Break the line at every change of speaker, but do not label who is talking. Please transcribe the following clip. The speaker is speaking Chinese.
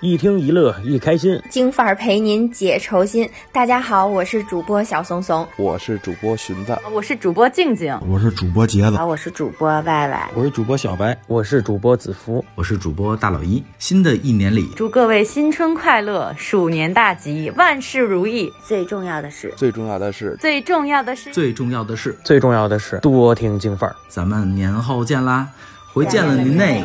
一听一乐一开心。
京范儿陪您解愁心。大家好，我是主播小怂怂，
我是主播荀子，
我是主播静静，
我是主播
嗯
杰子，
啊，我是主播外外，
我是主播小白，
我是主播子福，
我是主播大老一。新的一年里，
祝各位新春快乐，鼠年大吉，万事如意。
最重要的是，
最重要的是，
最重要的是，
最重要的是，
最重要的是，多听京范儿。
咱们年后见啦！回见了您嘞。